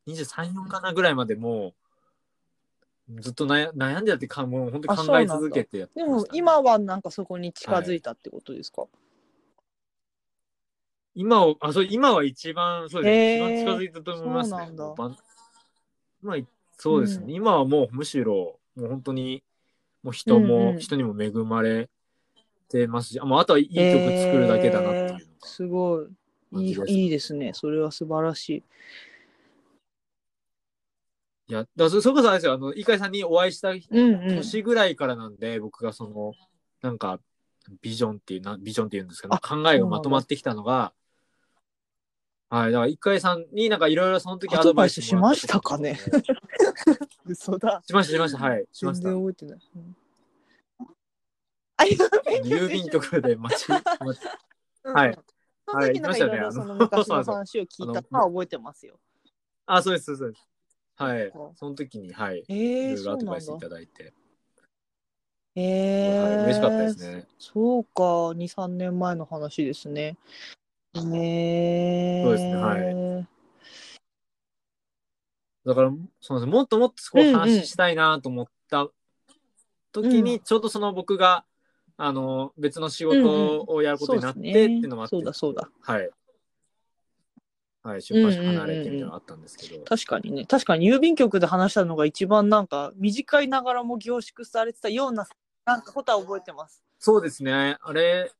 S1: 23、4かなぐらいまでもう、ずっと悩悩んでたってか、もう本当に考え続けてやって
S2: で
S1: ま
S2: も
S1: したね、
S2: 今はなんかそこに近づいたってことですか、
S1: 今を、あ、そう、今は一番、そうですね。
S2: へー
S1: 一番近づいたと思います
S2: そう
S1: ね。
S2: なんだ
S1: もうばんまあ、いそうですね。
S2: うん
S1: 今はもうむしろ、もう本当に、もう人も、
S2: うんうん
S1: 人にも恵まれてますし、あもうあとはいい曲作るだけだなっていうのが
S2: えーすごい
S1: 感じ
S2: いい
S1: です
S2: いいですねそれは素晴らしい
S1: いや、だからそそれこそあれですよ、あの、イカイさんにお会いした
S2: うんうん
S1: 年ぐらいからなんで、僕がその、なんか、ビジョンっていうな、ビジョンっていうんですかね、
S2: あ
S1: 考えがまとまってきたのが、はい、だから、一回さんになんかいろいろその時
S2: アドバイスしました
S1: アドバイスもらったことも
S2: 嘘だ
S1: しました、しました、はい、しま
S2: 全
S1: した
S2: 然。覚えてない、うんあ
S1: 郵便局で待ち、待ちはい、
S2: その時なんかいろいろ その昔の話を聞いたのは覚えてますよ
S1: あ、そうです、そうですそうです。はい
S2: そっか、
S1: その時に、はい、いろ
S2: えー、
S1: いろ
S2: そ
S1: ア
S2: う
S1: ドバ
S2: な
S1: イ
S2: ん
S1: ス
S2: だ
S1: いただいて、
S2: え
S1: はい、
S2: ー、
S1: 嬉しかったですね。
S2: そうか23年前の話ですねえー、
S1: そうですねはいだから、そうなんですもっともっとそこを
S2: うんうん
S1: 話したいなと思った時に、
S2: う
S1: ちょうどその僕が、あの、別の仕事をやることになってっていうのもあって、
S2: そうだそうだ
S1: はい。はい、出版社離れてみたいなのがあったんですけど、
S2: 確かにね確かに郵便局で話したのが一番なんか短いながらも凝縮されてたようななんかことは覚えてます。
S1: そうですね。あ れ、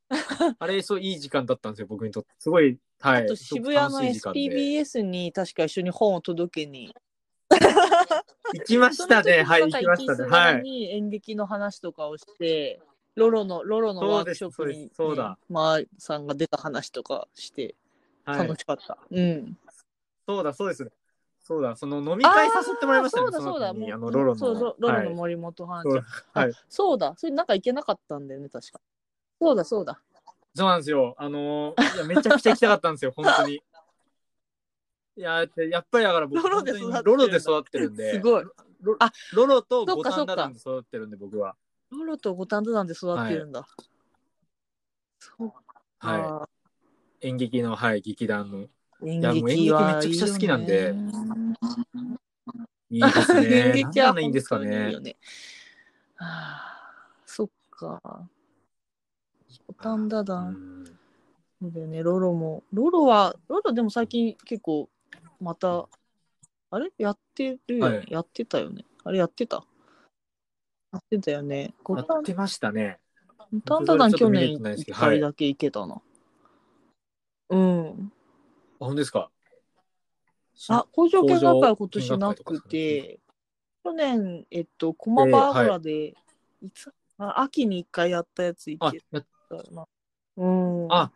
S1: あれ、そう、いい時間だったんですよ、僕にとって。すごい、は
S2: あと
S1: い。
S2: 渋谷の
S1: すごく楽しい時間で
S2: SPBS に確か一緒に本を届けに
S1: 行きましたね。はい、行きましたね。は。
S2: はいい。演劇の話とかをして、ロロのロロのワークショップに、ね、
S1: そうですそうですそうだ
S2: まあさんが出た話とかして
S1: は
S2: 楽
S1: い、
S2: しかった。うん。
S1: そうだ、そうです。そうだ、その飲み会誘ってもらいましたね。
S2: あーそうだそう
S1: の
S2: だ。
S1: 時に
S2: もう
S1: あの、ロロの。
S2: そうロロロ
S1: は
S2: の
S1: い
S2: 森本班
S1: そう
S2: 長。
S1: はい
S2: あそうだ。それなんか行けなかったんだよね確か。そうだそうだ。
S1: そうなんですよ。あのーいや、めちゃくちゃ行きたかったん ですよ、本当に。いや、でやっぱりだから僕、
S2: ロロで育ってるんだ
S1: 本当にロロで育ってるんで、
S2: すごい。
S1: ロ
S2: あ
S1: ロロと
S2: そっ
S1: ボ
S2: か
S1: タ
S2: そっ
S1: ン
S2: か
S1: ダダンで育ってるんで、僕は。
S2: ロロと五反田なんで育ってるんだ。そうか。
S1: ははい。演劇の、はい、劇団 の。
S2: 演
S1: やもう演
S2: 劇
S1: 劇
S2: は
S1: めちゃくちゃ好きなんで
S2: い
S1: い
S2: いよね。
S1: いですね
S2: 演劇は
S1: なんであんないいんですかね。
S2: いいよね。はあ、そっか。ボタンダダ
S1: う
S2: ン。
S1: ん
S2: そうだよね、ロロも。ロロは、ロロでも最近結構、また、あれやってるよね、
S1: はい
S2: やってたよね。あれやってたやってたよね。ボ
S1: や
S2: タン
S1: ってましたね。
S2: ボタンダダン
S1: 僕それち
S2: 去年
S1: ょっと見れてないです
S2: 一
S1: けど
S2: 回だけ行けたな。うん。
S1: あ、本当ですか。
S2: あ、工場見学会は今
S1: 工場見
S2: 年
S1: 学
S2: な
S1: 会とか
S2: くて、去年、えっと、駒場油で、いつあ秋に一回やったやつ行
S1: あ
S2: け、
S1: や
S2: たな。うん。
S1: あ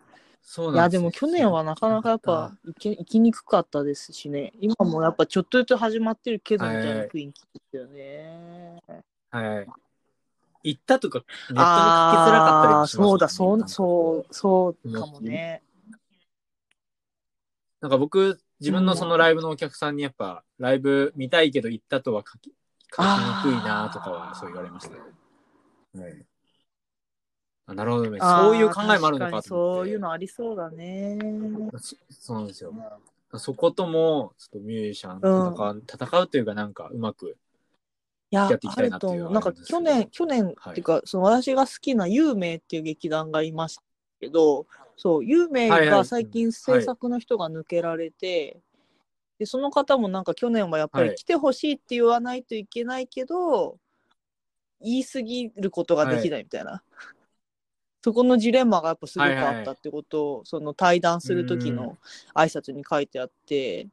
S1: そう
S2: い
S1: な
S2: や、
S1: ん
S2: で
S1: ね
S2: も去年はなかなかやっぱ行け行きにくかったですしね、今もやっぱちょっとずつ始まってるけどみたいな雰囲気ですよね。
S1: はい。行ったとか、ネットに書きづらかったり
S2: あ
S1: も
S2: あ、
S1: します
S2: そうだ、
S1: も
S2: そ
S1: ん
S2: う、
S1: ね
S2: そう、そうかもね。
S1: なんか僕、自分
S2: う
S1: の
S2: ん
S1: そのライブのお客さんにやっぱ、ライブ見たいけど行ったとは書き、書きにくいなとかはそう言われましたね。はいあなるほどね。そういう考えもあるの
S2: 確
S1: かと
S2: に
S1: 思
S2: そ
S1: っ
S2: う
S1: て。
S2: いうのありそうだね。
S1: そそうなんですよ。そことも、ちょっとミュージシャンと戦う,、戦うというか、なんかうまく。
S2: いや、
S1: やっていき
S2: あ
S1: たい
S2: る
S1: なって
S2: と
S1: いうの
S2: 思う。
S1: は
S2: なんか
S1: あるんですけ
S2: 去
S1: ど
S2: 年、去年
S1: はい
S2: っていうか、その私が好きな有名っていう劇団がいましたけど、そう、有名
S1: はいは
S2: が
S1: い
S2: 最
S1: う
S2: 近
S1: ん
S2: 制作の人が抜けられて、で、その方もなんか去年はやっぱ
S1: は
S2: り
S1: い
S2: 来てほしいって言わないといけないけど、言い過ぎることができないみたいな。そこのジレンマがやっぱすごくあったってことを、その対談する時の挨拶に書いてあって、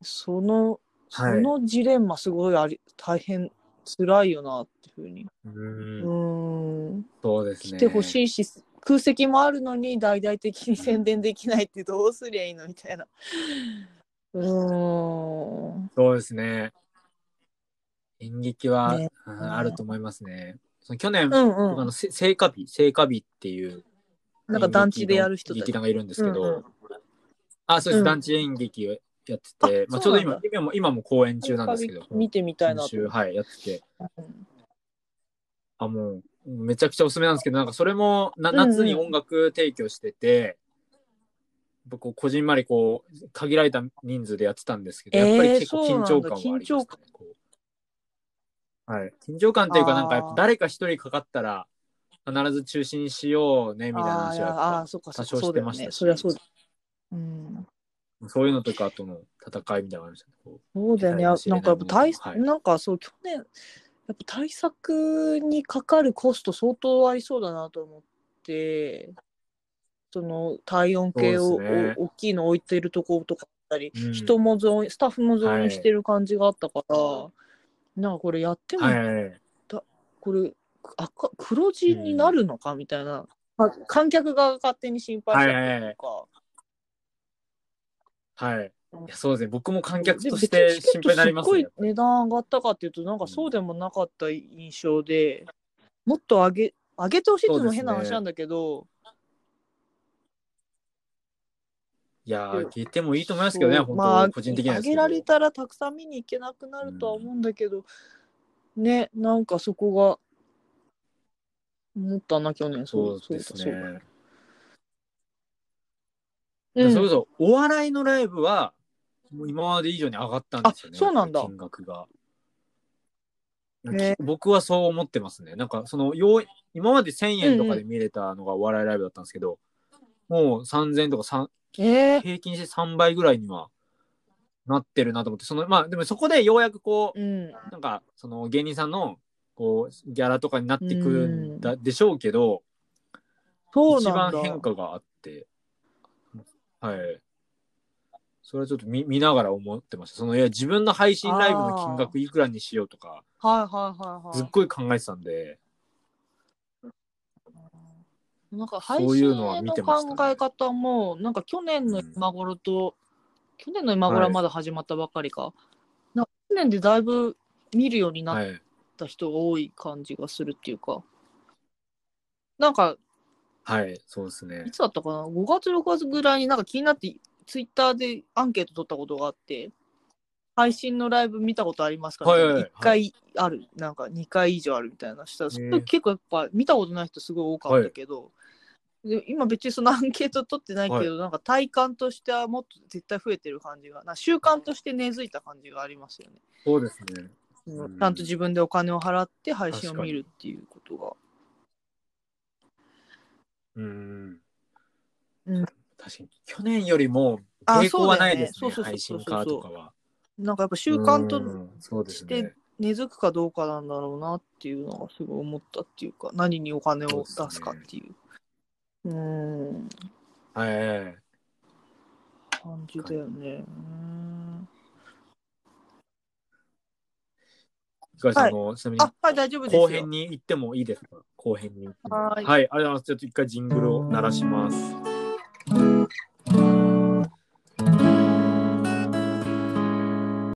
S2: その、そ
S1: はい
S2: のジレンマすごいあり、大変辛いよなっていうふうに。
S1: う
S2: うんーん。
S1: そうですね。
S2: 来てほしいし、空席もあるのに大々的に宣伝できないってどうすりゃいいのみたいな。うーん。
S1: そうですね。演劇は、
S2: ね
S1: うんあると思いますね。その去年、
S2: うん
S1: 僕あ
S2: うん。
S1: のせ聖火日、聖火日っていう
S2: なんか団地でやる人
S1: 演
S2: た
S1: 劇
S2: ち。
S1: 団がいるんですけど、
S2: うんうん
S1: あ、そうです、
S2: うん
S1: 団地演劇をやってて、
S2: あ
S1: まあ、ち
S2: そ
S1: ょ
S2: う
S1: うど
S2: なんだ
S1: 今、今も今も公演中なんですけど、
S2: 見てみたいな
S1: 今
S2: と
S1: 週、
S2: 思
S1: はい、やってて、
S2: う。
S1: あ、もう、めちゃくちゃおすすめなんですけど、なんかそれもな、
S2: うんうん
S1: 夏に音楽提供してて、やっぱこうこじんまりこう限られた人数でやってたんですけど、
S2: えー
S1: やっぱり結構緊張感はあり
S2: そうなんだ
S1: ました
S2: 緊張
S1: ね
S2: 感。
S1: こうはい、緊張感という
S2: あ
S1: か、
S2: ー
S1: なんかやっぱ誰か一人かかったら必ず中止にしようねみたいな
S2: ああ
S1: 話
S2: ー、
S1: はやっ
S2: あ
S1: ぱ
S2: あ、そっか、そ
S1: 多
S2: っか
S1: 少
S2: そ
S1: し
S2: うだ
S1: て
S2: よ
S1: ましたし、
S2: ね。そりゃそうだ。うん。
S1: そういうのとかとの戦いみたいなのがありましたね。こ
S2: そうだよね。
S1: 得体
S2: あ
S1: の知れない
S2: なんかやっぱ対、
S1: はい
S2: なんかそう、去年、やっぱ対策にかかるコスト相当ありそうだなと思って、その体温計を、
S1: そうですね
S2: お大きいの置いてるとことかあったり、
S1: ううん
S2: 人も増員、スタッフも増
S1: は
S2: 員
S1: い
S2: してる感じがあったから、なんかこれやっても、
S1: はいはいはい
S2: これ赤黒字になるのか、みたいな、あ観客が勝手に心配しちゃったりとか。
S1: はい。いやそうですね、僕も観客
S2: で
S1: として心配になります
S2: 別
S1: ね。
S2: にチケットすっごい値段上がったかっていうとなんかそうでもなかった印象で、もっと上げ上げてほしいっていうのも変な話なんだけど、
S1: いやー、聞いてもいいと思いますけどね、
S2: そう
S1: 本
S2: まあ
S1: 当、個人的にはで
S2: 上
S1: すけ
S2: げ
S1: ど。
S2: られたらたくさん見に行けなくなるとは思うんだけど、ねなんかそこが思ったな去年
S1: そうです
S2: そうだ
S1: ね。
S2: そ
S1: それ
S2: うだうん
S1: こそお笑いのライブはもう今まで以上に上がったんですよね。
S2: あそうなんだ
S1: 金額が。
S2: ね
S1: き僕はそう思ってますね。なんかそのよう今まで1000円とかで見れたのがお笑いライブだったんですけど、もう3000円とか
S2: ええ
S1: 平均して3倍ぐらいにはなってるなと思って、その、まあ、でもそこでようやくこう、
S2: うん。
S1: なんか、その芸人さんの、こう、ギャラとかになってくんだ、でしょうけど、
S2: そう
S1: 一
S2: なん
S1: 番
S2: だ。
S1: 変化があって、はい。それはちょっと見見ながら思ってました。その、いや、自分の配信ライブの金額いくらにしようとか、
S2: はいはいはいはい。
S1: すっごい考えてたんで、
S2: なんか配
S1: そう
S2: 信
S1: いう
S2: へ
S1: のは見
S2: の
S1: てましたね
S2: 考え方も、なんか去年の今頃と、去年の今頃はまだ始まったばかりか、なんか去年でだいぶ見るようになっ
S1: はい。
S2: た人が多い感じがするっていうか、なんか
S1: はい、そうですね
S2: い。つだったかな5月6月ぐらいになんか気になってツイッターでアンケート取ったことがあって配信のライブ見たことありますかね、
S1: はいはいはい
S2: 1回ある、なんか2回以上あるみたいなしたらそれ
S1: へえ
S2: 結構やっぱ見たことない人すごい多かったけど、で今別にそのア ンケート取ってないけど、なんか体感としてはもっと絶対増えてる感じがなんか習慣として根付いた感じがありますよね、
S1: そうですね。
S2: その
S1: うん
S2: ちゃんと自分でお金を払って配信を見るっていうことが
S1: うん。
S2: うん
S1: 確かに、去年よりも
S2: あ
S1: 抵抗はないです
S2: そう
S1: ね、
S2: だよね
S1: 配信化とかは。
S2: なんかやっぱ習慣と
S1: うんそうです
S2: して
S1: ね。
S2: 根付くかどうかなんだろうなっていうのがすごい思ったっていうか何にお金を出すかっていうう,、ん
S1: はい。
S2: 感じだよね。
S1: 東さんの、ちなみに
S2: あはい大丈夫ですよ。
S1: 後編に行ってもいいですか後編に行っても。
S2: はーい
S1: はい、ありがとうございます。ちょっと一回ジングルを鳴らします。